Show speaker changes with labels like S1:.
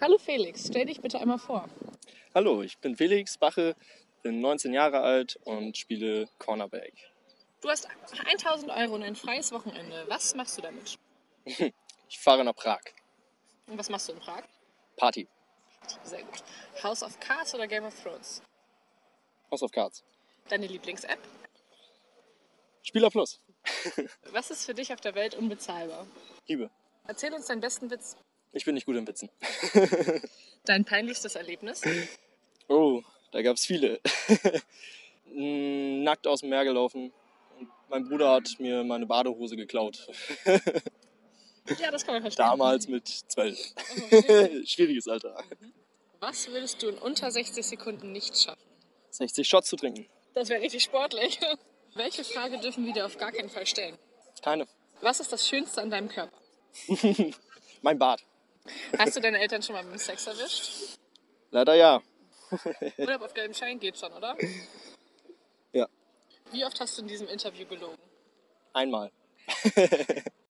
S1: Hallo Felix, stell dich bitte einmal vor.
S2: Hallo, ich bin Felix Bache, bin 19 Jahre alt und spiele Cornerback.
S1: Du hast 1000 Euro und ein freies Wochenende. Was machst du damit?
S2: Ich fahre nach Prag.
S1: Und was machst du in Prag?
S2: Party.
S1: Sehr gut. House of Cards oder Game of Thrones?
S2: House of Cards.
S1: Deine Lieblings-App?
S2: Spieler Plus.
S1: Was ist für dich auf der Welt unbezahlbar?
S2: Liebe.
S1: Erzähl uns deinen besten Witz.
S2: Ich bin nicht gut im Witzen.
S1: Dein peinlichstes Erlebnis?
S2: Oh, da gab es viele. Hm, Nackt aus dem Meer gelaufen. Und mein Bruder hat mir meine Badehose geklaut.
S1: Ja, das kann man verstehen.
S2: Damals mit 12. Schwieriges Alter.
S1: Was würdest du in unter 60 Sekunden nicht schaffen?
S2: 60 Shots zu trinken.
S1: Das wäre richtig sportlich. Welche Frage dürfen wir dir auf gar keinen Fall stellen?
S2: Keine.
S1: Was ist das Schönste an deinem Körper?
S2: Mein Bart.
S1: Hast du deine Eltern schon mal mit Sex erwischt?
S2: Leider ja.
S1: Urlaub auf deinem Schein geht schon, oder?
S2: Ja.
S1: Wie oft hast du in diesem Interview gelogen?
S2: Einmal.